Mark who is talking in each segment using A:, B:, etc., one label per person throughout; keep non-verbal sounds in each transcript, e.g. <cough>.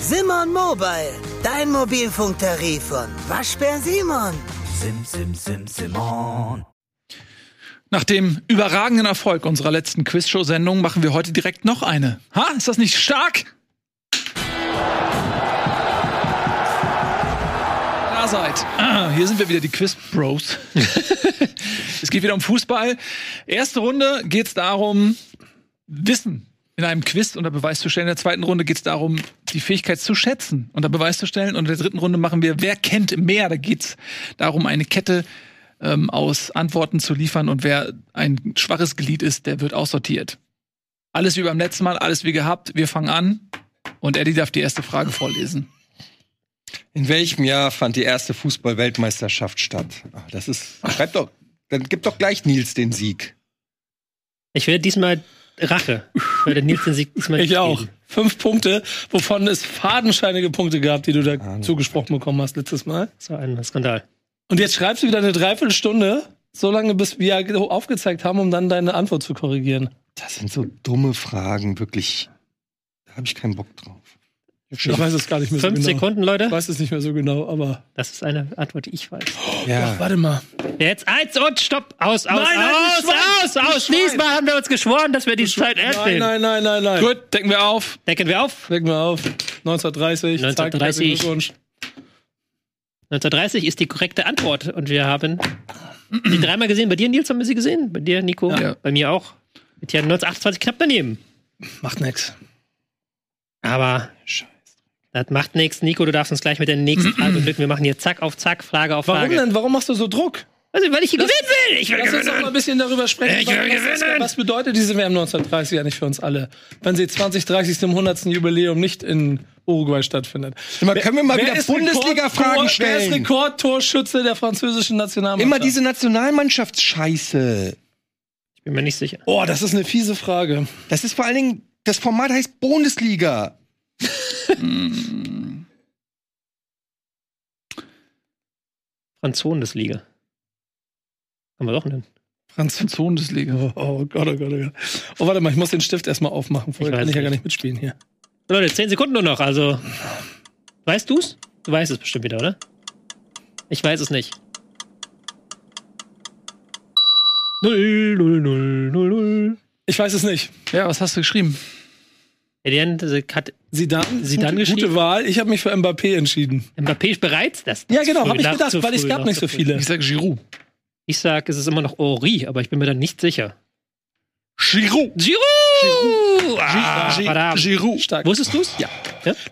A: Simon Mobile, dein Mobilfunktarif von Waschbär Simon.
B: Sim, sim, sim, Simon.
C: Nach dem überragenden Erfolg unserer letzten Quizshow-Sendung machen wir heute direkt noch eine. Ha, ist das nicht stark? Da seid. Ah, hier sind wir wieder, die Quiz Bros. es geht wieder um Fußball. Erste Runde geht es darum, Wissen in einem Quiz unter Beweis zu stellen. In der zweiten Runde geht es darum, die Fähigkeit zu schätzen unter Beweis zu stellen. Und in der dritten Runde machen wir, wer kennt mehr? Da geht es darum, eine Kette ähm, aus Antworten zu liefern. Und wer ein schwaches Glied ist, der wird aussortiert. Alles wie beim letzten Mal, alles wie gehabt. Wir fangen an. Und Eddie darf die erste Frage vorlesen.
D: In welchem Jahr fand die erste Fußball-Weltmeisterschaft statt? Ah, Das ist. Schreib doch. Dann gib doch gleich Nils den Sieg.
E: Ich werde diesmal Rache. Ich werde Nils den Sieg diesmal
F: Ich
E: nicht
F: auch.
E: geben.
F: Fünf Punkte, wovon es fadenscheinige Punkte gab, die du da zugesprochen bekommen hast letztes Mal.
E: Das war ein Skandal.
F: Und jetzt schreibst du wieder eine Dreiviertelstunde, so lange, bis wir aufgezeigt haben, um dann deine Antwort zu korrigieren.
D: Das sind so dumme Fragen, wirklich. Da habe ich keinen Bock drauf.
F: Ich weiß es gar nicht mehr
E: Fünf
F: so genau.
E: Sekunden,
F: Ich
E: Leute.
F: weiß es nicht mehr so genau, aber.
E: Das ist eine Antwort, die ich weiß.
D: Ja.
F: Warte mal.
E: Jetzt eins und stopp. Aus, aus,
F: Nein, nein, du
E: aus,
F: Schwein,
E: aus, aus. Diesmal haben wir uns geschworen, dass wir die Zeit ernst
F: Nein,
E: nehmen.
F: nein, nein, nein, nein.
C: Gut, decken wir auf.
E: Decken wir auf.
F: Leg mal auf. 1930. zack,
E: 1930.
F: herzlichen Glückwunsch.
E: 1930 ist die korrekte Antwort. Und wir haben die dreimal gesehen. Bei dir, Nils, haben wir sie gesehen. Bei dir, Nico.
C: Ja.
E: Bei mir auch. Mit dir 1928 knapp daneben.
F: Macht nix.
E: Aber das macht nichts. Nico, du darfst uns gleich mit der nächsten Frage
F: <clears throat>
E: beglücken. Wir machen hier Zack auf Zack, Frage auf
F: Warum
E: Frage.
F: denn? Warum machst du so Druck?
E: Also, weil ich hier gewinnen will. Ich will
F: Lass uns doch mal ein bisschen darüber sprechen.
E: Ich will
F: was,
E: gewinnen!
F: was bedeutet diese WM 1930 eigentlich für uns alle, wenn sie 2030 zum 100. Jubiläum nicht in Uruguay stattfindet?
D: Immer, können wir mal
F: Wer
D: wieder
F: ist
D: Bundesliga-Fragen
F: Rekordtor-
D: stellen?
F: Wer ist Rekordtorschütze der französischen Nationalmannschaft?
D: Immer diese Nationalmannschaftsscheiße.
E: Ich bin mir nicht sicher.
F: Oh, das ist eine fiese Frage.
D: Das ist vor allen Dingen, das Format heißt Bundesliga.
E: Franzosen-Liga. Haben wir doch einen.
C: Franzosen des Liga.
F: Oh, oh Gott, oh Gott, oh Gott. Oh, warte mal, ich muss den Stift erstmal aufmachen. Vorher
E: Ich weiß
F: kann ich ja
E: nicht.
F: gar nicht mitspielen hier.
E: Leute, 10 Sekunden nur noch. Also, weißt du's? Du weißt es bestimmt wieder, oder? Ich weiß es nicht. Null, null, null, null, null.
F: Ich weiß es nicht.
C: Ja, was hast du geschrieben?
E: Elian äh, hat
F: Sie dann,
E: Sie dann
F: gute,
E: geschrieben?
F: gute Wahl. Ich habe mich für Mbappé entschieden.
E: Mbappé bereits das.
F: Ja, genau,
E: zu früh,
F: habe ich
E: nach
F: gedacht,
E: zu
F: weil es
E: früh,
F: gab
E: nach
F: nicht
E: zu
F: so
E: früh.
F: viele.
C: Ich sag Giroud.
E: Ich sag, es ist immer noch Ori, aber ich bin mir dann nicht sicher.
C: Giroud.
E: Giroud! Ah, verdammt.
C: Giroud.
F: Stark.
E: Wusstest du's? Ja.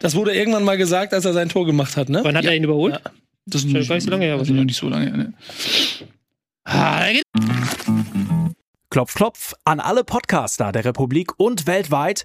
F: Das wurde irgendwann mal gesagt, als er sein Tor gemacht hat, ne?
E: Wann hat er ihn überholt?
C: Das ist
E: Schon gar nicht so lange her,
C: Das
E: was
F: Also
C: ist
E: er-
C: noch nicht so lange her. Ne?
E: Ah, da
B: Klopf, klopf an alle Podcaster der Republik und weltweit.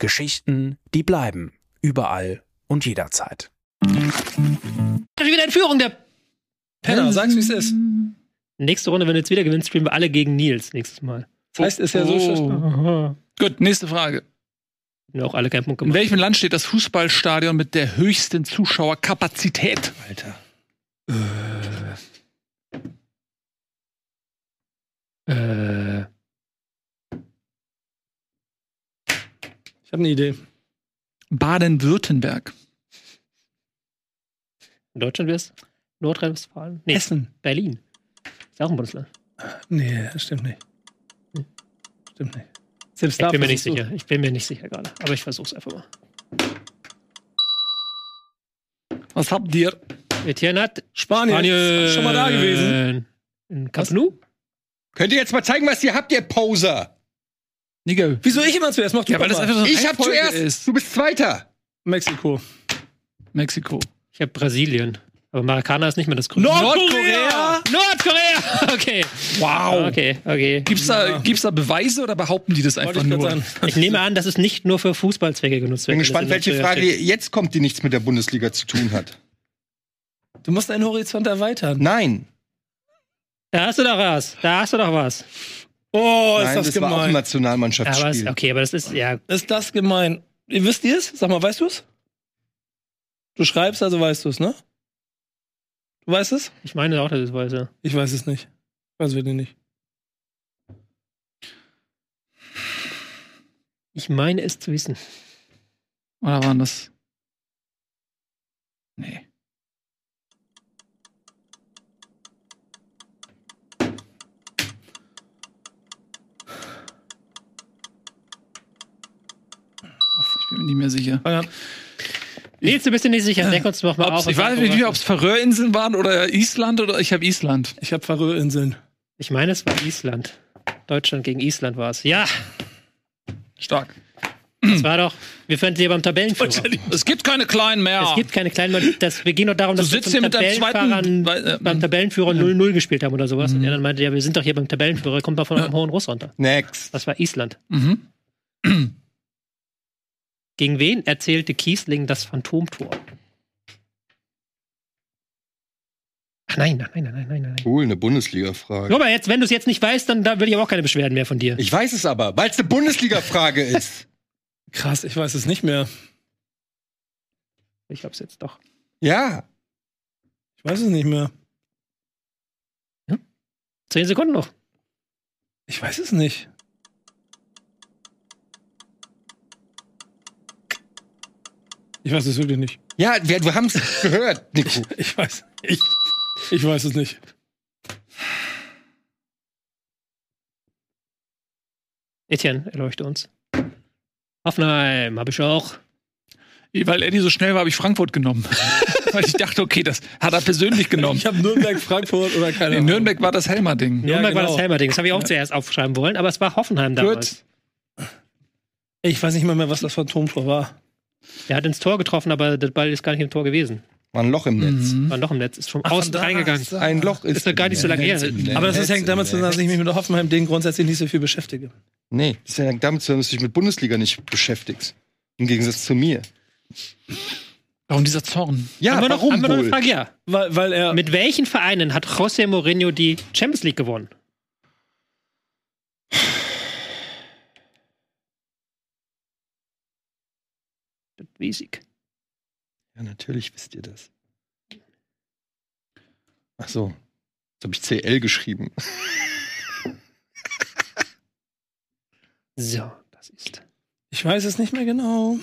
B: Geschichten, die bleiben. Überall und jederzeit.
E: ist wieder Entführung der
F: Penner, sag's wie es ist.
E: Nächste Runde, wenn du jetzt wieder gewinnst, spielen wir alle gegen Nils nächstes Mal.
F: Das heißt, es ist ja so schön.
E: Aha.
C: <laughs> Gut, nächste Frage.
E: Haben wir auch alle keinen Punkt
C: In
E: gemacht.
C: welchem Land steht das Fußballstadion mit der höchsten Zuschauerkapazität?
D: Alter.
E: Äh,
F: Ich habe eine Idee.
C: Baden-Württemberg.
E: in Deutschland wär's Nordrhein-Westfalen. Nee,
F: Essen.
E: Berlin. Ist auch ein Bundesland.
F: Nee, das stimmt nicht. Stimmt nicht. Selbst
E: Ich bin mir nicht
F: versuchst du-
E: sicher. Ich bin mir nicht sicher gerade. Aber ich versuch's einfach mal.
C: Was habt ihr?
E: Etienne hat
F: Spanien.
E: Spanien.
F: Schon mal da gewesen.
E: In Camp Nou?
D: Könnt ihr jetzt mal zeigen, was ihr habt, ihr Poser?
C: Nigga.
F: Wieso ich immer zuerst? Mach du
C: Ja, weil
F: doch
C: das einfach so
F: mal.
C: eine
D: Ich hab
C: Reihenfolge
D: zuerst,
C: ist.
D: du bist Zweiter.
F: Mexiko.
C: Mexiko.
E: Ich habe Brasilien. Aber Maracana ist nicht mehr das Größte.
F: Nordkorea!
E: Nordkorea! <laughs> Okay.
C: Wow.
E: Okay, okay.
C: Gibt's, da, gibt's da Beweise oder behaupten die das einfach
F: ich grad
C: nur?
F: sagen.
E: Ich nehme an, dass es nicht nur für Fußballzwecke genutzt wird.
D: bin gespannt,
E: Das ist
D: welche
E: natürlich
D: Frage
E: richtig.
D: jetzt kommt, die nichts mit der Bundesliga zu tun hat.
F: Du musst deinen Horizont erweitern.
D: Nein.
E: Da hast du doch was. Da hast du doch was.
F: Oh, ist
D: Nein,
F: das,
D: das war auch ein
F: gemein.
E: Aber es,
D: Nationalmannschaftsspiel.
E: okay, aber das ist ja.
F: Ist das gemein. Ihr Wisst ihr es? Sag mal, weißt du es? Du schreibst, also weißt du es, ne? Du weißt es?
E: Ich meine auch, dass es weiß. ja.
F: Ich weiß es nicht. Ich weiß wirklich nicht.
E: Ich meine es zu wissen.
C: Oder waren das? Nee. Ich bin mir nicht mehr sicher.
F: Ah
E: Nils, du bist dir nicht sicher. Denk uns noch mal
C: Ob's,
E: auf.
C: Äh, ich weiß nicht, ob es Färöerinseln waren oder Island oder ich habe Island.
F: Ich habe Färöerinseln.
E: Ich meine, es war Island. Deutschland gegen Island war es. Ja,
C: Stark. Hm.
E: das war doch. Wir fanden hier beim Tabellenführer.
C: Es gibt keine kleinen mehr.
E: Es gibt keine kleinen. Mann- Das, wir gehen nur darum,
C: Du
E: dass wir
C: sitzt
E: zum
C: hier mit deinem zweiten-
E: Tabellenfahrern-
C: Wei- äh, Hm.
E: beim Tabellenführer 0-0 gespielt haben oder sowas. Und er dann meinte, ja, wir sind doch hier beim Tabellenführer, kommt mal von einem hohen Ross runter.
D: Next.
E: Das war Island.
C: Mhm.
E: <clears throat> Gegen wen erzählte Kiesling das Phantomtor? Ach nein, ach nein, nein, nein, nein, nein.
D: Cool, eine Bundesliga-Frage.
E: Guck mal, jetzt, wenn du es jetzt nicht weißt, dann da will ich aber auch keine Beschwerden mehr von dir.
D: Ich weiß es aber, weil es eine Bundesliga-Frage ist.
F: Krass, ich weiß es nicht mehr.
E: Ich hab's jetzt doch.
D: Ja.
F: Ich weiß es nicht mehr.
E: Zehn Sekunden noch.
F: Ich weiß es nicht. Ich weiß es wirklich nicht.
D: Ja, wir, wir haben es gehört, Nico.
F: Ich weiß. Ich, ich weiß es nicht.
E: Etienne, erleuchte uns. Hoffenheim, habe ich auch.
C: Weil Eddie so schnell war, habe ich Frankfurt <laughs> genommen. Weil ich dachte, okay, das hat er persönlich genommen.
F: Ich habe Nürnberg, Frankfurt oder keine
C: In
F: Ahnung.
C: Nürnberg war das Helmer-Ding.
F: Ja,
E: Nürnberg war
F: genau.
E: das Helmer-Ding. Das habe ich auch zuerst aufschreiben wollen, aber es war Hoffenheim damals.
C: Gut.
F: Ich weiß nicht mal mehr, was das Phantomtor war.
E: Er hat ins Tor getroffen, aber der Ball ist gar nicht im Tor gewesen.
D: War ein Loch im Netz.
E: War noch im Netz, ist vom
F: von
E: Außen
F: da
E: reingegangen.
F: ist er.
D: Ein Loch ist.
E: Mhm. Ist doch gar nicht so
D: im
E: lange
D: Netz,
E: her.
D: im Netz,
F: Aber das ist,
D: im
F: hängt damit
D: Netz.
F: zusammen, dass ich mich mit der Hoffenheim-Ding grundsätzlich nicht so viel beschäftige.
D: Nee, das hängt damit zusammen, dass du dich mit Bundesliga nicht beschäftigst. Im Gegensatz zu mir.
C: Warum dieser Zorn?
D: Ja,
E: haben wir noch,
D: warum
E: haben wir noch eine
D: wohl?
E: Frage? Ja.
F: Weil, weil er.
E: Ah. Mit welchen Vereinen hat José Mourinho die Champions League gewonnen? Das weiß ich.
D: Ja, natürlich wisst ihr das. Ach so. Jetzt habe ich CL geschrieben.
E: So, das ist.
F: ich weiß es nicht mehr genau.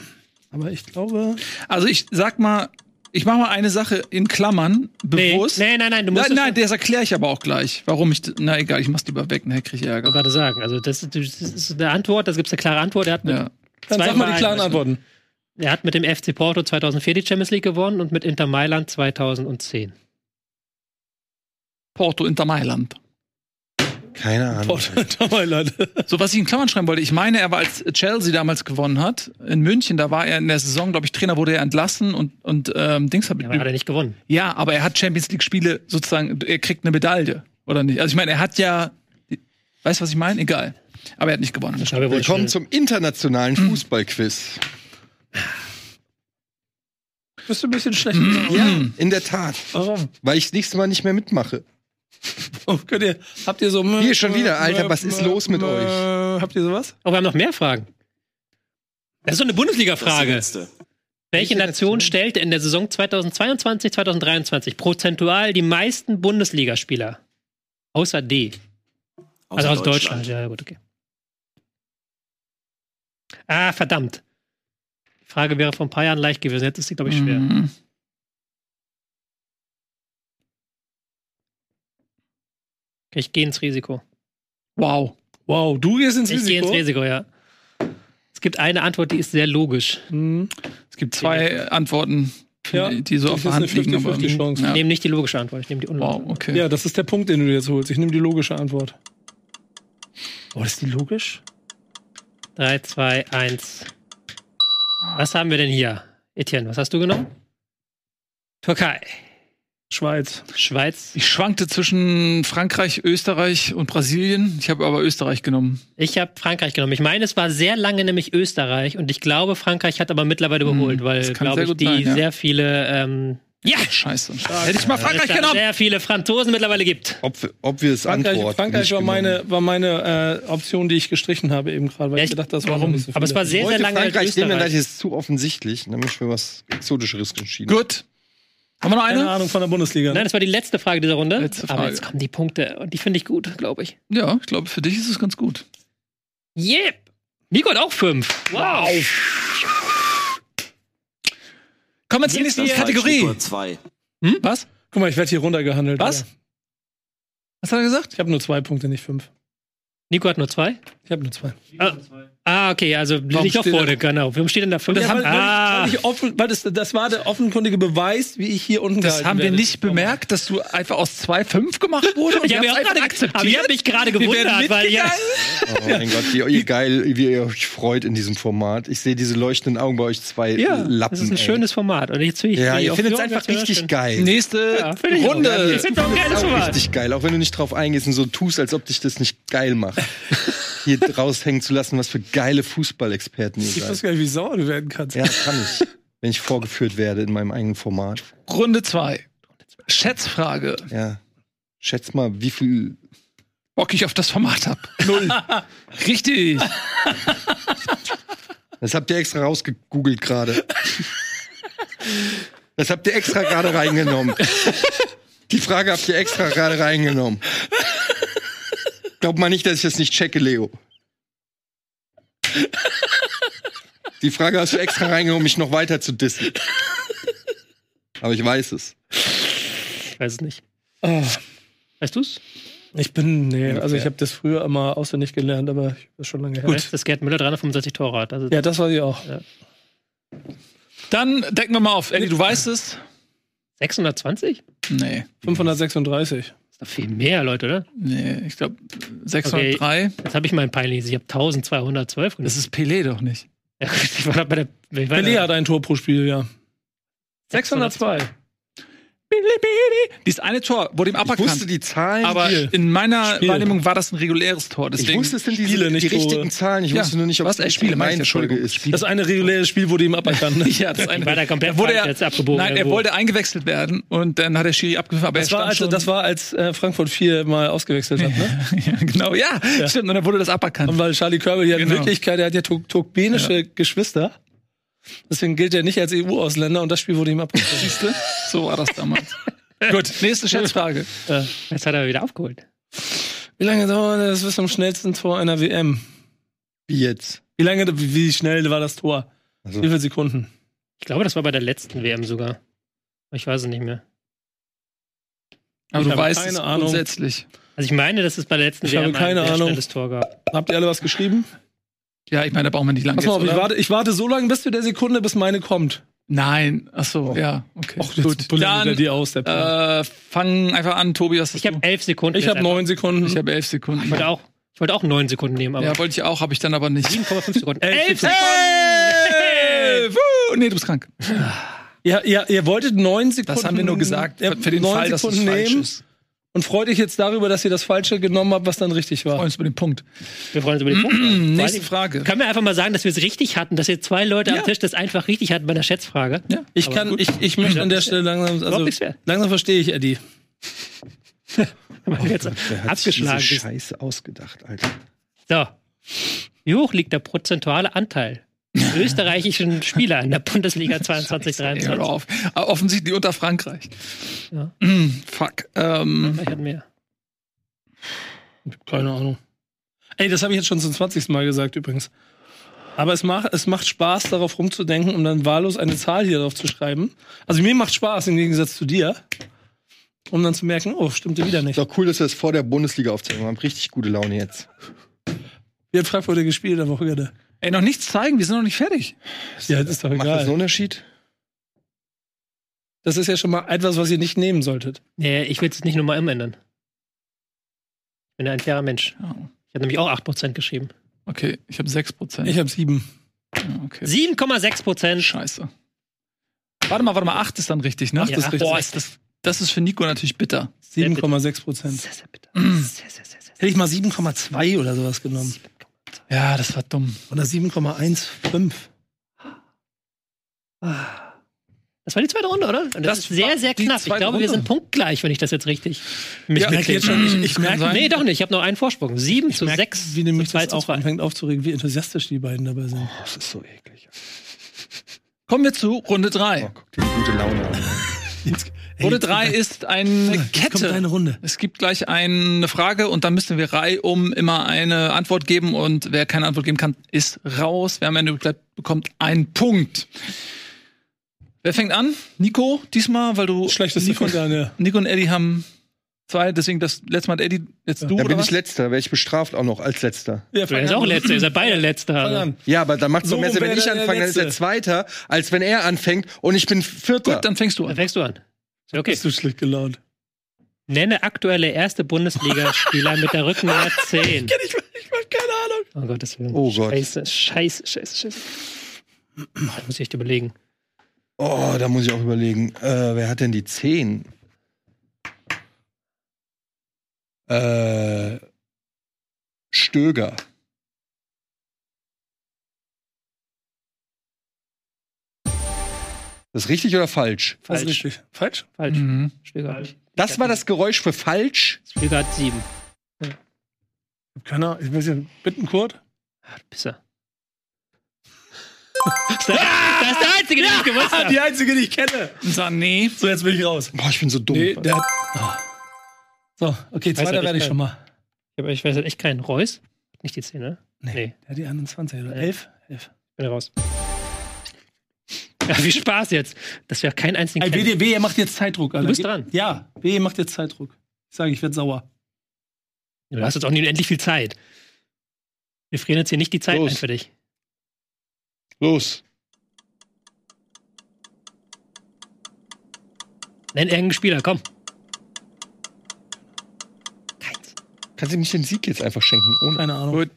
F: Aber ich glaube.
C: Also ich sag mal, ich mache mal eine Sache in Klammern,
E: Nee,
C: bewusst.
E: nee, nein, nein, du musst
C: nein, nein,
E: das
C: das erkläre ich aber auch gleich, warum ich. Na egal, ich mach's lieber weg, nachher krieg ich
E: schon
C: Ärger.
E: gerade sagen. Also, das, ist- das ist eine Antwort, das gibt es eine klare Antwort. Er hat, mit,
C: Ja.
F: Dann sag mal die
E: Zweimal
F: klaren
E: ein-
F: Antworten.
E: er hat mit dem FC Porto 2004 die Champions League gewonnen und mit Inter Mailand 2010.
C: Porto Inter Mailand.
D: Keine Ahnung.
F: <laughs> Porto Mailand.
C: So, was ich in Klammern schreiben wollte, ich meine, er war, als Chelsea damals gewonnen hat, in München, da war er in der Saison, glaube ich, Trainer wurde er entlassen und, und ähm, Dings hat.
E: Aber er hat er nicht gewonnen.
C: Ja, aber er hat Champions League-Spiele sozusagen, er kriegt eine Medaille, oder nicht? Also ich meine, er hat ja. Weißt du, was ich meine? Egal. Aber er hat nicht gewonnen.
E: Aber er wurde
D: Willkommen zum
E: schnell-
D: internationalen
E: Hm.
D: Fußballquiz.
F: Bist du ein bisschen schlecht?
D: Ja, in der Tat.
E: Oh.
F: Warum?
D: Weil ich das nächste Mal nicht mehr mitmache.
F: Oh, könnt ihr, habt ihr so.
D: Hier schon wieder, Alter, was ist los mit euch?
F: Habt ihr sowas?
E: Oh, wir haben noch mehr Fragen. Das ist so eine Bundesliga-Frage. Welche Nation stellte in der Saison 2022, 2023 prozentual die meisten Bundesligaspieler? Außer D. also aus Deutschland. Ja, gut, okay. Ah, verdammt. Die Frage wäre vor ein paar Jahren leicht gewesen. Jetzt ist sie, glaube ich, schwer.
C: Mhm.
E: Okay, ich gehe ins Risiko.
C: Wow.
F: Wow, du gehst ins
E: Ich gehe ins
F: Risiko.
E: Risiko, ja. Es gibt eine Antwort, die ist sehr logisch.
F: Hm.
C: Es gibt zwei äh, Antworten,
F: Ja,
C: die, die so
F: das
C: auf der
F: ist
C: Hand
F: eine
C: liegen. aber-
F: 50-50 Chance.
E: Ich
C: Ja.
E: nehme nicht die logische Antwort, ich nehme die unlogische.
C: Wow, okay.
F: Ja, das ist der Punkt, den du jetzt holst. Ich nehme die logische Antwort. Oh, ist die logisch?
E: 3, 2, 1. Was haben wir denn hier? Etienne, was hast du genommen? Türkei.
F: Schweiz.
E: Schweiz.
C: Ich schwankte zwischen Frankreich, Österreich und Brasilien. Ich habe aber Österreich genommen.
E: Ich habe Frankreich genommen. Ich meine, es war sehr lange nämlich Österreich und ich glaube, Frankreich hat aber mittlerweile überholt, weil,
C: Hm, kann
E: glaube
C: sehr
E: ich,
C: gut
E: die
C: sein, ja.
E: sehr viele, ähm,
C: Ja! Scheiße. Hätte ich mal Frankreich
E: es da
C: genommen.
E: sehr viele Franzosen mittlerweile gibt.
D: Ob, obvious
F: Frankreich,
D: Antwort.
F: Frankreich
D: nicht
F: war
D: genommen.
F: meine, war meine äh, Option, die ich gestrichen habe eben gerade, weil
E: Ja,
F: ich
E: ich-
F: gedacht, das
E: warum?
F: waren nicht so
E: Aber es
F: viele.
E: war sehr, sehr
D: Wollte
E: lange
D: Frankreich nehmen, dann dachte
E: Österreich.
D: ich, das ist zu offensichtlich. Dann bin ich für was Exotischeres entschieden.
C: Gut. Haben wir noch
F: keine
C: eine?
F: Ahnung von der Bundesliga.
E: Nein,
F: Ne?
E: das war die letzte Frage dieser Runde.
C: Letzte
E: Aber
C: Frage.
E: jetzt kommen die Punkte und die finde ich gut, glaube ich.
C: Ja, ich glaube, für dich ist es ganz gut.
E: Yep! Nico hat auch fünf. Wow.
C: Kommen wir zur
E: Jetzt
C: nächsten
E: ist
C: Kategorie. Hm?
G: Zwei.
F: Was? Guck mal, ich werde hier runtergehandelt.
C: Was?
F: Alter.
C: Was hat er gesagt?
F: Ich habe nur zwei Punkte, nicht fünf.
E: Nico hat nur zwei.
F: Ich habe nur zwei.
E: Ah, okay, also liegt doch
C: steht
E: vorne, genau. Warum steht denn da fünf?
F: Das, weil,
E: ah,
F: weil ich, weil ich offen, weil das, das war der offenkundige Beweis, wie ich hier unten
C: Das
F: gehalten
C: haben wir
F: werde.
C: nicht bemerkt, dass du einfach aus 2,5
E: <laughs>
C: gemacht wurde und
E: ich habe
C: wir
E: ja auch
C: haben es
E: gerade
C: einfach
E: akzeptiert. Aber ich habe mich gerade gewundert, weil ja, <laughs>
D: Oh mein Gott, wie ihr geil, wie ihr euch freut in diesem Format. Ich sehe diese leuchtenden Augen bei euch zwei
E: ja
D: Lappen.
E: das ist ein
D: ey.
E: schönes Format. Und jetzt will ich
D: Ja,
E: will ich
D: ihr
E: auf
D: findet es
E: Jürgen
D: einfach
E: jetzt
D: richtig
E: hören.
D: geil.
C: Nächste
E: Ja, finde ich auch.
C: Runde.
E: Ich finde doch ein geiles
D: Auch
E: Format.
D: richtig geil, auch wenn du nicht drauf eingehst und so tust, als ob dich das nicht geil
E: <laughs>
D: macht. Hier raushängen zu lassen, was für geile Fußballexperten ihr
F: Ich weiß
D: seid.
F: gar nicht, wie sauer du werden kannst.
D: Ja, das kann ich. Wenn ich vorgeführt werde in meinem eigenen Format.
C: Runde 2. Schätzfrage.
D: Ja. Schätz mal, wie viel.
C: Bock ich auf das Format ab. Null. Richtig.
D: Das habt ihr extra rausgegoogelt gerade. Das habt ihr extra gerade reingenommen. Die Frage habt ihr extra gerade reingenommen. Glaub mal nicht, dass ich das nicht checke, Leo. Die Frage hast du extra reingenommen, um mich noch weiter zu dissen. Aber ich weiß es.
E: Ich weiß es nicht.
F: <laughs> Ah,
E: Weißt du's?
F: ich bin, nee, also ich habe das früher immer auswendig gelernt, aber ich- das ist schon lange her.
E: Gut. Das Gerd Müller 365 Tore hat. Also
F: Ja, das war ich auch.
C: Dann decken wir mal auf. Eddie, du weißt es?
E: 620?
C: Nee.
F: 536.
E: Ist doch viel mehr, Leute, oder?
C: Nee, ich glaube 603.
E: Jetzt habe ich meinen peinlich. Ich habe 1212 genommen.
C: Das ist Pelé doch nicht.
E: Ja, <laughs> gut, ich war da bei der. Ich war
F: Pelé
E: da,
F: hat ein Tor pro Spiel, ja.
E: 602.
F: 602.
C: Dieses eine Tor wurde ihm
D: Ich wusste
C: aberkannt.
D: die Zahlen.
C: Aber in meiner
F: Spiel.
C: Wahrnehmung war das ein reguläres Tor.
D: ich
C: Deswegen
D: wusste, es sind diese,
F: Spiele, nicht
D: die
F: Tore.
D: richtigen Zahlen. Ich
C: Ja,
D: wusste nur nicht, ob
C: was? Äh,
D: es
C: Spiele, meine ich,
D: meine Folge
C: Entschuldigung.
D: ist.
F: Das eine reguläre Spiel wurde ihm aberkannt.
C: <laughs>
F: ne?
C: ja, das
E: war da
C: eine.
E: komplett
C: Da wurde
E: falsch
C: er,
E: jetzt abgebogen.
C: nein, er
E: irgendwo.
C: wollte eingewechselt werden und dann hat der Schiri abgepfiffen. Aber
F: Das
C: er
F: war,
C: stand
F: also,
C: schon,
F: das war, als äh, Frankfurt viermal ausgewechselt hat, ne?
C: <laughs> ja, genau, ja, stimmt. Und dann wurde das
F: Und
C: aberkannt.
F: weil Charlie Körbel ja
C: Genau.
F: in Wirklichkeit, er hat ja tur- turkmenische Geschwister. Deswegen gilt er nicht als EU-Ausländer und das Spiel wurde ihm abgebrochen.
C: Siehste? So war das damals. Gut, nächste Schätzfrage.
E: Jetzt hat er wieder aufgeholt.
F: Wie lange dauert das bis zum schnellsten Tor einer WM?
D: Wie jetzt?
F: Wie lange, wie schnell war das Tor?
D: Also-
F: Wie viele Sekunden?
E: Ich glaube, das war bei der letzten WM sogar. Ich weiß es nicht mehr.
C: Aber
F: Ich
C: du
F: habe
C: weißt
F: keine
C: es
F: Ahnung.
C: grundsätzlich.
E: Also ich meine, dass es bei der letzten
F: Ich
E: WM
F: habe keine
E: ein sehr
F: Ahnung.
E: schnelles Tor gab.
F: Habt ihr alle was geschrieben?
C: Ja, ich meine, da brauchen wir nicht lange.
F: Pass mal
C: jetzt,
F: auf, ich
C: oder?
F: warte, ich warte so lange bis zu der Sekunde, bis meine kommt.
C: Nein, ach so, ja, okay.
F: Gut, dann
C: Dann
F: die aus, der Plan.
C: äh, fang einfach an, Tobi, was hast
E: Ich habe
C: du?
E: elf Sekunden.
F: Ich
E: jetzt
F: habe neun Sekunden.
C: ich habe elf Sekunden.
E: Ich wollte auch, ich wollte auch neun Sekunden nehmen, aber
C: ja, wollte ich auch, habe ich dann aber nicht. <laughs>
E: 7,5 Sekunden.
F: Elf
E: Elf Sekunden.
F: Sekunden.
C: Elf! Wuh! Nee, du bist krank.
F: Ja, ihr, ihr wolltet neun Sekunden.
C: Das haben wir nur gesagt,
F: ihr
C: für- für den
F: neun
C: Fall, dass es
F: Sekunden
C: falsch
F: nehmen
C: ist.
F: Und freut euch jetzt darüber, dass ihr das Falsche genommen habt, was dann richtig
C: Freuen
F: war.
C: uns über den Punkt.
E: Wir freuen uns über die Punkte. Vor allen
C: Nächste
E: Dingen-
C: Frage.
E: Können wir einfach mal sagen, dass wir es richtig hatten, dass hier zwei Leute
C: Ja.
E: am Tisch das einfach richtig hatten bei der Schätzfrage?
C: Ja.
F: Ich kann, ich, ich möchte an der Stelle langsam,
E: Überhaupt
F: also,
E: nichts wert.
F: langsam verstehe ich Eddie.
E: Wenn man jetzt
D: Hat sich diese
E: abgeschlagen ist.
D: Scheiße ausgedacht, Alter.
E: So. Wie hoch liegt der prozentuale Anteil der österreichischen Spieler in der Bundesliga 22,
C: Ey, hör
E: 23?
C: auf. Aber offensichtlich unter Frankreich.
E: Ja.
C: Mm, fuck. Ähm,
E: Ich hatte mehr.
F: Keine Ahnung. Ey, das habe ich jetzt schon zum 20. Mal gesagt übrigens. Aber es macht, es macht Spaß, darauf rumzudenken und dann wahllos eine Zahl hier drauf zu schreiben. Also mir macht Spaß im Gegensatz zu dir, um dann zu merken, oh, stimmte wieder
D: Ist
F: nicht.
D: doch cool, dass wir das vor der Bundesliga aufzeigen. Wir haben richtig gute Laune jetzt.
F: Wir haben Frankfurt gespielt am Wochenende.
C: ey, noch nichts zeigen, wir sind noch nicht fertig.
F: Ja, das ist doch
D: Macht das einen
F: egal.
D: Unterschied?
F: Das ist ja schon mal etwas, was ihr nicht nehmen solltet.
E: Nee, Äh, ich will es nicht nochmal umändern. Ich bin ja ein fairer Mensch.
C: Ja.
E: Ich habe nämlich auch 8% geschrieben.
C: Okay, ich habe 6%.
F: Ich habe sieben.
C: Ja, okay.
E: 7,6%.
C: Scheiße. Warte mal, warte mal, 8 ist dann richtig, ne?
E: Ja, acht ist
C: Boah, ist
E: richtig.
C: das Das ist für Nico natürlich bitter.
F: 7,6 Prozent.
E: Sehr, sehr bitter. Sehr, sehr, sehr, sehr,
F: Hätte ich mal 7,2 oder sowas genommen.
C: Ja, das war dumm.
F: Oder 7,15.
E: Das war die zweite Runde, oder? Und das,
C: Das
E: ist sehr,
C: war
E: sehr
C: die
E: knapp. Ich
C: zweite
E: glaube, wir
C: Runde.
E: sind punktgleich, wenn ich das jetzt richtig mich
F: Ja,
E: mitkriege.
F: jetzt schon, ich- ich
C: kann
F: merke-
C: sein.
E: Nee, doch nicht. Ich habe noch einen Vorsprung. 7 zu
F: Merkt,
E: 6.
F: wie
E: zu
F: nämlich
E: 2
F: das
E: zu
F: auch
E: 2.
F: anfängt aufzuregen, wie enthusiastisch die beiden dabei sind.
D: Das ist so eklig.
C: Kommen wir zu Runde 3.
D: Oh, guck dir die gute Laune an.
C: Runde 3 ist eine
F: Kommt
C: Kette.
F: eine Runde.
C: Es gibt gleich eine Frage und dann müssen wir Reihe um immer eine Antwort geben und wer keine Antwort geben kann, ist raus. Wer am Ende bleibt, bekommt einen Punkt. Wer fängt an? Nico, diesmal, weil du.
F: Schlechteste
C: Nico,
F: von deiner.
C: Nico und Eddie haben zwei, deswegen das letzte Mal hat Eddie, jetzt du.
D: Da
C: oder
D: bin
C: was?
D: ich letzter, wäre ich bestraft auch noch als letzter.
F: Ja,
E: Du bist auch letzter. Ihr seid beide
F: Fang
E: letzter.
F: an.
D: Ja, aber dann macht's
F: So
D: doch mehr Sinn,
F: wäre
D: wenn ich
F: der
D: anfange, dann ist er
F: Letzte.
D: zweiter, als wenn er anfängt und ich bin vierter.
C: Gut, dann fängst du
E: Dann
C: an.
E: fängst du an. Okay.
F: Bist du schlecht gelaunt?
E: Nenne aktuelle erste Bundesligaspieler mit der Rückennummer 10.
C: Genau.
F: Ich hab keine Ahnung.
E: Oh Gottes Willen.
D: Oh Gott.
E: Scheiße, scheiße, scheiße, scheiße. Da muss ich echt überlegen.
D: oh, da muss ich auch überlegen, äh, wer hat denn die zehn? Äh, Stöger. Das ist richtig oder falsch?
F: Das ist
E: Falsch.
F: richtig. Falsch?
E: Falsch.
C: Mhm.
E: Stöger hat-
D: Das war das Geräusch für falsch.
E: Stöger hat 7.
F: Ich hab keine Ahnung. Ich weiß nicht. Bittenkurt?
E: Pisser. <laughs> Ah! Das ist der einzige, den ich gewusst habe.
F: Die einzige, die ich kenne.
C: Sané.
F: So, jetzt bin ich raus.
D: Boah, ich bin so dumm.
F: Nee, der hat. Ah. So, okay,
E: Weiß er
F: zweiter
E: nicht,
F: werde ich
E: kein-
F: schon mal.
E: Aber ich weiß halt echt keinen. Reus? Hat Nicht die 10, ne? Nee.
F: Der hat die 21 oder
E: Ja.
F: 11? 11.
E: Bin raus. Ja, viel Spaß jetzt. Dass wir keinen einzigen
F: Ey,
E: kennen.
F: BD, BD, ihr macht jetzt Zeitdruck, Alter.
E: bist dran.
F: Ja, BD macht jetzt Zeitdruck. Ich sage, ich werde sauer.
E: Du hast jetzt auch nicht unendlich viel Zeit. Wir frieren jetzt hier nicht die Zeit
D: Los.
E: ein für dich.
D: Los.
E: Nenn irgendeinen Spieler, komm. Keins.
D: Kannst du mich den Sieg jetzt einfach schenken? Ohne.
F: Keine Ahnung.
D: Gut.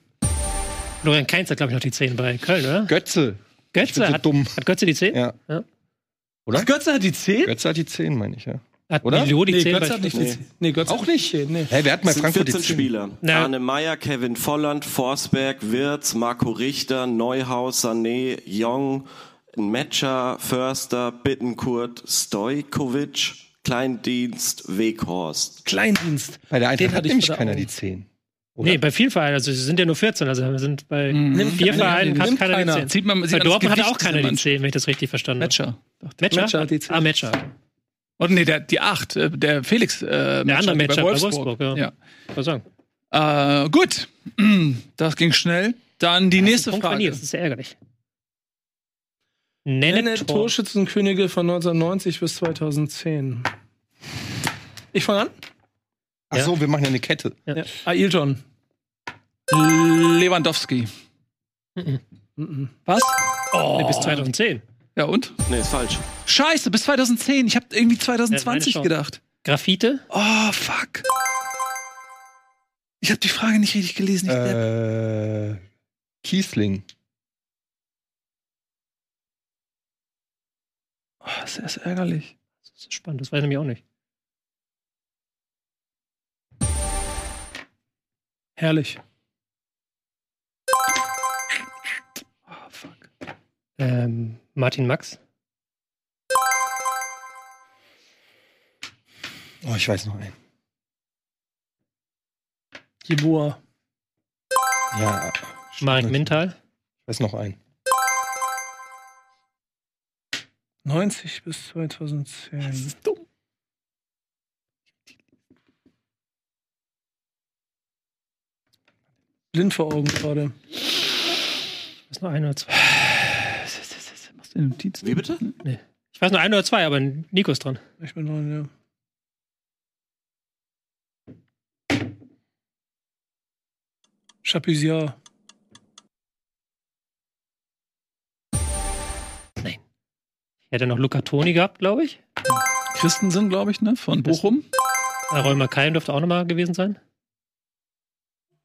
E: Florian Keins hat, glaube ich, noch die 10 bei Köln, oder?
D: Götze. Ich bin
E: Götze
D: so
E: hat,
D: dumm.
E: hat Götze die 10?
D: Ja.
F: Ach, Götze hat die 10?
D: Götze hat die 10, meine ich, ja.
E: Hat
D: Oder?
E: Milo die
F: Nee,
E: 10
F: Götze
E: bei
F: hat nicht die
G: Nee.
F: 10. Nee, Götze
D: Auch
F: nicht. Nee.
D: Hey, wer hat mal
G: Es sind
D: Frankfurt die
G: 14
D: 10?
G: Spieler.
E: Na.
G: Arne Meyer, Kevin Volland, Forsberg, Wirz, Marco Richter, Neuhaus, Sané, Jong, Metscher, Förster, Bittenkurt, Stojkovic, Kleindienst, Weghorst.
F: Kleindienst.
D: Bei der
F: Den
D: Eintracht hat
F: hatte ich
D: nämlich
F: vor der
D: keiner
F: Augen.
D: die 10.
E: Nee, bei vielen Vereinen. Also, sie sind ja nur 14. Also, wir sind bei
C: Mhm.
E: vier
F: keiner,
E: Vereinen, hat
F: nimmt
E: keiner
F: keiner.
E: die 10.
C: Sieht man, sieht man
E: Bei
C: das
E: Dortmund hatte
C: Gewicht
E: auch keiner
C: dieser
E: die 10, wenn ich das richtig verstanden habe.
C: Matcher.
E: Matcher?
F: Matcher hat die 10.
E: Ah, Matcher. Ich
C: Oder nee, der, die 8, äh, der Felix. Äh, der
E: andere Matcher bei Wolfsburg, ja.
C: ja.
E: wollte sagen.
C: Äh, gut, <clears throat> das ging schnell. Dann die nächste
E: Punkt von
C: Frage.
E: dir, Das ist sehr ärgerlich. Nenne,
F: Nenne
E: Tor.
F: Torschützenkönige von 1990 bis 2010. Ich fange an. Ah,
D: Ach so, wir machen ja eine Kette.
F: Ja. Ailton.
C: Lewandowski.
F: Mhm.
C: Was?
E: Nee, Bis 2010.
C: Ja und?
G: Nee, ist falsch.
C: Scheiße, bis 2010. Ich habe irgendwie 2020
E: Ja, meine
C: gedacht.
E: Graffite?
C: Oh, fuck. Ich habe die Frage nicht richtig gelesen. Ich äh.
D: Äh, Kiesling.
C: oh, das ist ärgerlich.
E: Das ist spannend, das weiß ich nämlich auch nicht.
F: Herrlich.
C: Oh, fuck.
E: Ähm, Martin Max?
D: Oh, ich weiß noch einen.
F: Jeboa.
D: Ja.
E: Marek
D: stimmt.
E: Mintal?
D: Ich weiß noch einen.
F: 90 bis 2010.
C: Das ist dumm.
F: Blind vor Augen gerade.
E: Ist nur ein oder zwei.
C: Machst du eine Notiz?
G: Wie bitte?
E: Ich weiß nur ein oder zwei, aber Nico ist dran.
F: Ich bin dran, ja. Chapuisier.
E: Ich hätte noch Luca Toni gehabt, glaube ich.
C: Christensen, glaube ich, ne? Von Bochum.
E: Äh, Roy Keim dürfte auch nochmal gewesen sein.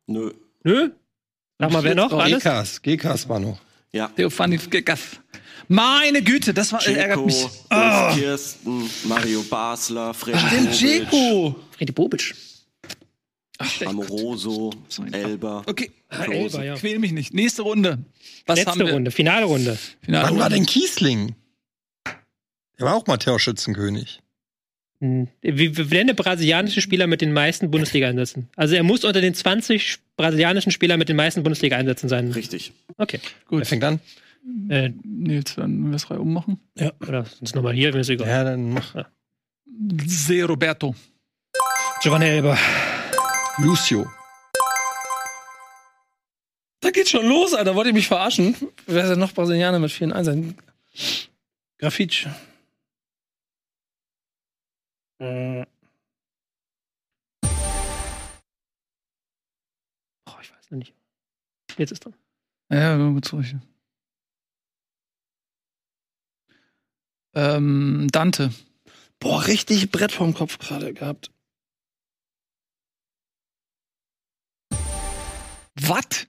G: Nö.
D: Oh,
E: Nö? Sag mal, wer noch? Alles?
D: Gekas. Gekas war noch.
G: Ja.
C: Theophani Gegas. Meine Güte, das war, ärgert
G: Dzeko,
C: mich. Ah.
G: Ulf Kirsten, Mario Basler, Fred Bobic,
F: Dzeko.
E: Fredi Bobic.
G: Amoroso, Elber.
C: Okay,
E: Elber, ja.
C: quäl mich nicht. Nächste Runde. Was haben
E: Letzte
C: wir?
E: Runde, finale Runde.
C: Finale
D: Wann war
C: Runde.
D: denn Kiesling? Der war auch Matthäus Schützenkönig.
E: Hm. Wie, wie nennt der brasilianische Spieler mit den meisten Bundesliga-Einsätzen? Also er muss unter den 20 brasilianischen Spielern mit den meisten Bundesliga-Einsätzen sein.
G: Richtig.
E: Okay.
D: Wer fängt an?
E: Äh,
C: Nils, dann wir es frei ummachen.
E: oder sonst nochmal hier, wenn es egal.
D: Ja, dann mach.
C: Se Roberto.
E: Giovanni Elber.
D: Lucio.
F: Da geht schon los, Alter. Wollt ihr mich verarschen? Wer ist denn noch Brasilianer mit vielen Einsätzen? Grafitsch. Äh,
E: Oh, ich weiß noch nicht. Jetzt ist dran.
C: Ja, genau, gut zurück. Ähm, Dante.
F: Boah, richtig Brett vorm Kopf gerade gehabt.
C: Was?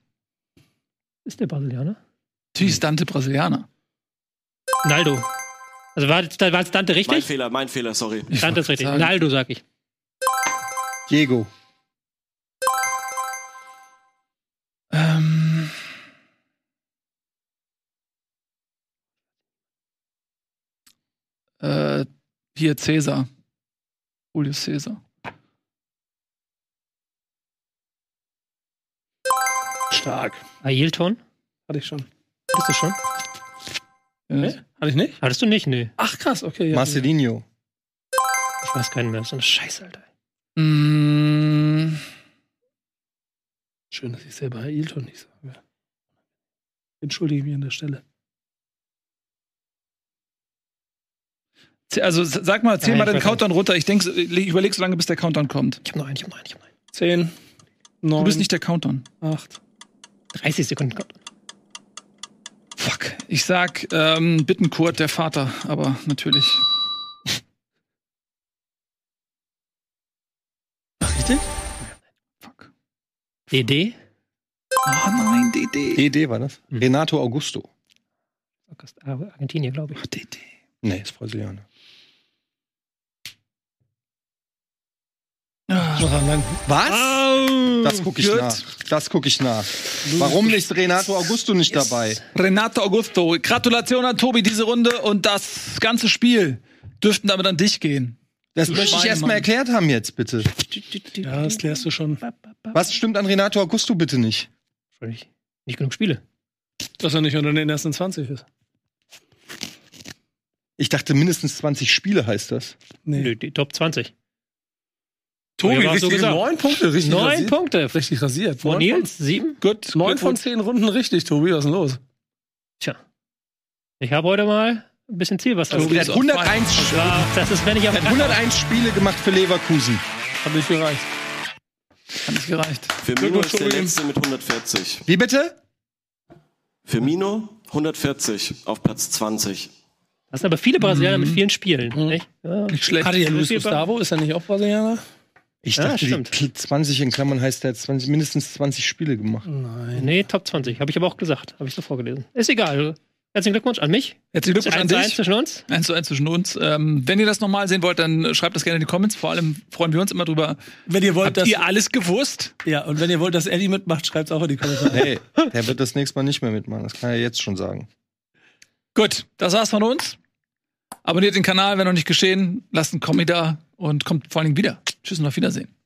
E: Ist der Brasilianer?
C: Natürlich ist Dante Brasilianer.
E: Naldo. Also war, da war es Dante
G: Mein
E: richtig?
G: Fehler, mein Fehler, sorry.
E: Dante ist richtig.
C: sagen.
E: Naldo, sag ich.
D: Diego.
C: Ähm. Äh, hier Cäsar. Julius Cäsar.
F: Stark.
E: Ah, Ailton?
F: Hatte ich schon.
E: Hattest du schon?
C: Ja,
E: Hä?
F: Hatte ich nicht?
E: Hattest du nicht? Nee.
F: Ach krass, okay. Ja.
D: Marcelinho.
E: Ich weiß keinen mehr. So eine Scheiße, Alter.
C: Mm,
F: Schön, dass ich selber Ailton nicht sagen will. Entschuldige mich an der Stelle.
C: Z- also s- sag mal, zähl
E: Ja,
C: mal
E: ich
C: den
E: weiß
C: Countdown runter. Ich denke, ich überleg so lange, bis der Countdown kommt.
E: Ich hab noch einen, ich hab noch einen, ich hab noch einen.
F: 10, 9,
C: Du bist nicht der Countdown.
F: 8.
E: 30 Sekunden kommt.
C: Fuck. Ich sag ähm, Bittenkurt, der Vater, aber natürlich.
F: Richtig?
C: Fuck.
E: DD?
C: Ah nein, DD.
D: DD war das? Renato Augusto.
E: Argentinien, glaube ich.
C: DD.
D: Nee, ist Brasilianer. Ah. Was? Das gucke ich
C: Gut.
D: nach. Das gucke ich nach. Warum nicht Renato Augusto nicht dabei?
C: Renato Augusto, Gratulation an Tobi diese Runde und das ganze Spiel dürften damit an dich gehen.
D: Das
C: Du
D: möchte ich
C: Schweinemann.
D: erstmal erklärt haben jetzt, bitte.
F: Ja, das klärst du schon.
D: Was stimmt an Renato Augusto bitte nicht?
E: Wahrscheinlich Nicht genug Spiele.
F: Dass er nicht unter den ersten 20 ist.
D: Ich dachte, mindestens 20 Spiele heißt das.
F: Nee.
E: Nö, die Top 20.
F: Tobi,
E: Ja, war so gesagt.
F: neun Punkte, richtig
E: Neun
F: rasiert.
E: Punkte.
F: Richtig rasiert.
E: Von
F: Neun
E: Nils, sieben.
F: von- Gut, neun von
E: Glückwunsch.
F: zehn Runden richtig, Tobi, was ist denn los?
E: Ich habe heute mal ein bisschen Zielwasser.
D: Also, der hat
E: getrunken.
D: 101, Sch-
E: Ah, Das ist, wenn ich auf
D: der hat 101 Spiele gemacht für Leverkusen.
F: Hat nicht gereicht.
C: Hat nicht gereicht.
G: Firmino
F: Glückwunsch,
G: ist der
F: Tobi.
G: letzte mit 140.
D: Wie bitte?
G: Firmino 140 auf Platz 20.
E: Das sind aber viele Brasilianer
F: Mhm.
E: mit vielen Spielen. Nicht? Ja.
C: Nicht schlecht.
F: Hatte ja Luis
E: viel
F: Gustavo, ist er nicht auch Brasilianer?
D: Ich
E: Ja,
D: dachte,
E: stimmt.
D: die 20 in Klammern heißt, der hat 20, mindestens 20 Spiele gemacht.
F: Nein.
E: Nee, Top 20. Habe ich aber auch gesagt. Habe ich so vorgelesen. Ist egal. Herzlichen Glückwunsch an mich.
C: Herzlichen Glückwunsch an
E: 1-1
C: dich.
E: zwischen uns.
C: Eins zu eins zwischen uns. Ähm, wenn ihr das nochmal sehen wollt, dann äh, schreibt das gerne in die Comments. Vor allem freuen wir uns immer drüber.
F: Wenn ihr wollt,
C: Habt
F: dass,
C: ihr alles gewusst?
F: ja, und wenn ihr wollt, dass Eddie mitmacht, schreibt auch in die Kommentare.
D: Hey, der wird das nächste Mal nicht mehr mitmachen. Das kann er jetzt schon sagen.
C: Gut, das war's von uns. Abonniert den Kanal, wenn noch nicht geschehen. Lasst einen Kommi da und kommt vor allen Dingen wieder. Tschüss und auf Wiedersehen.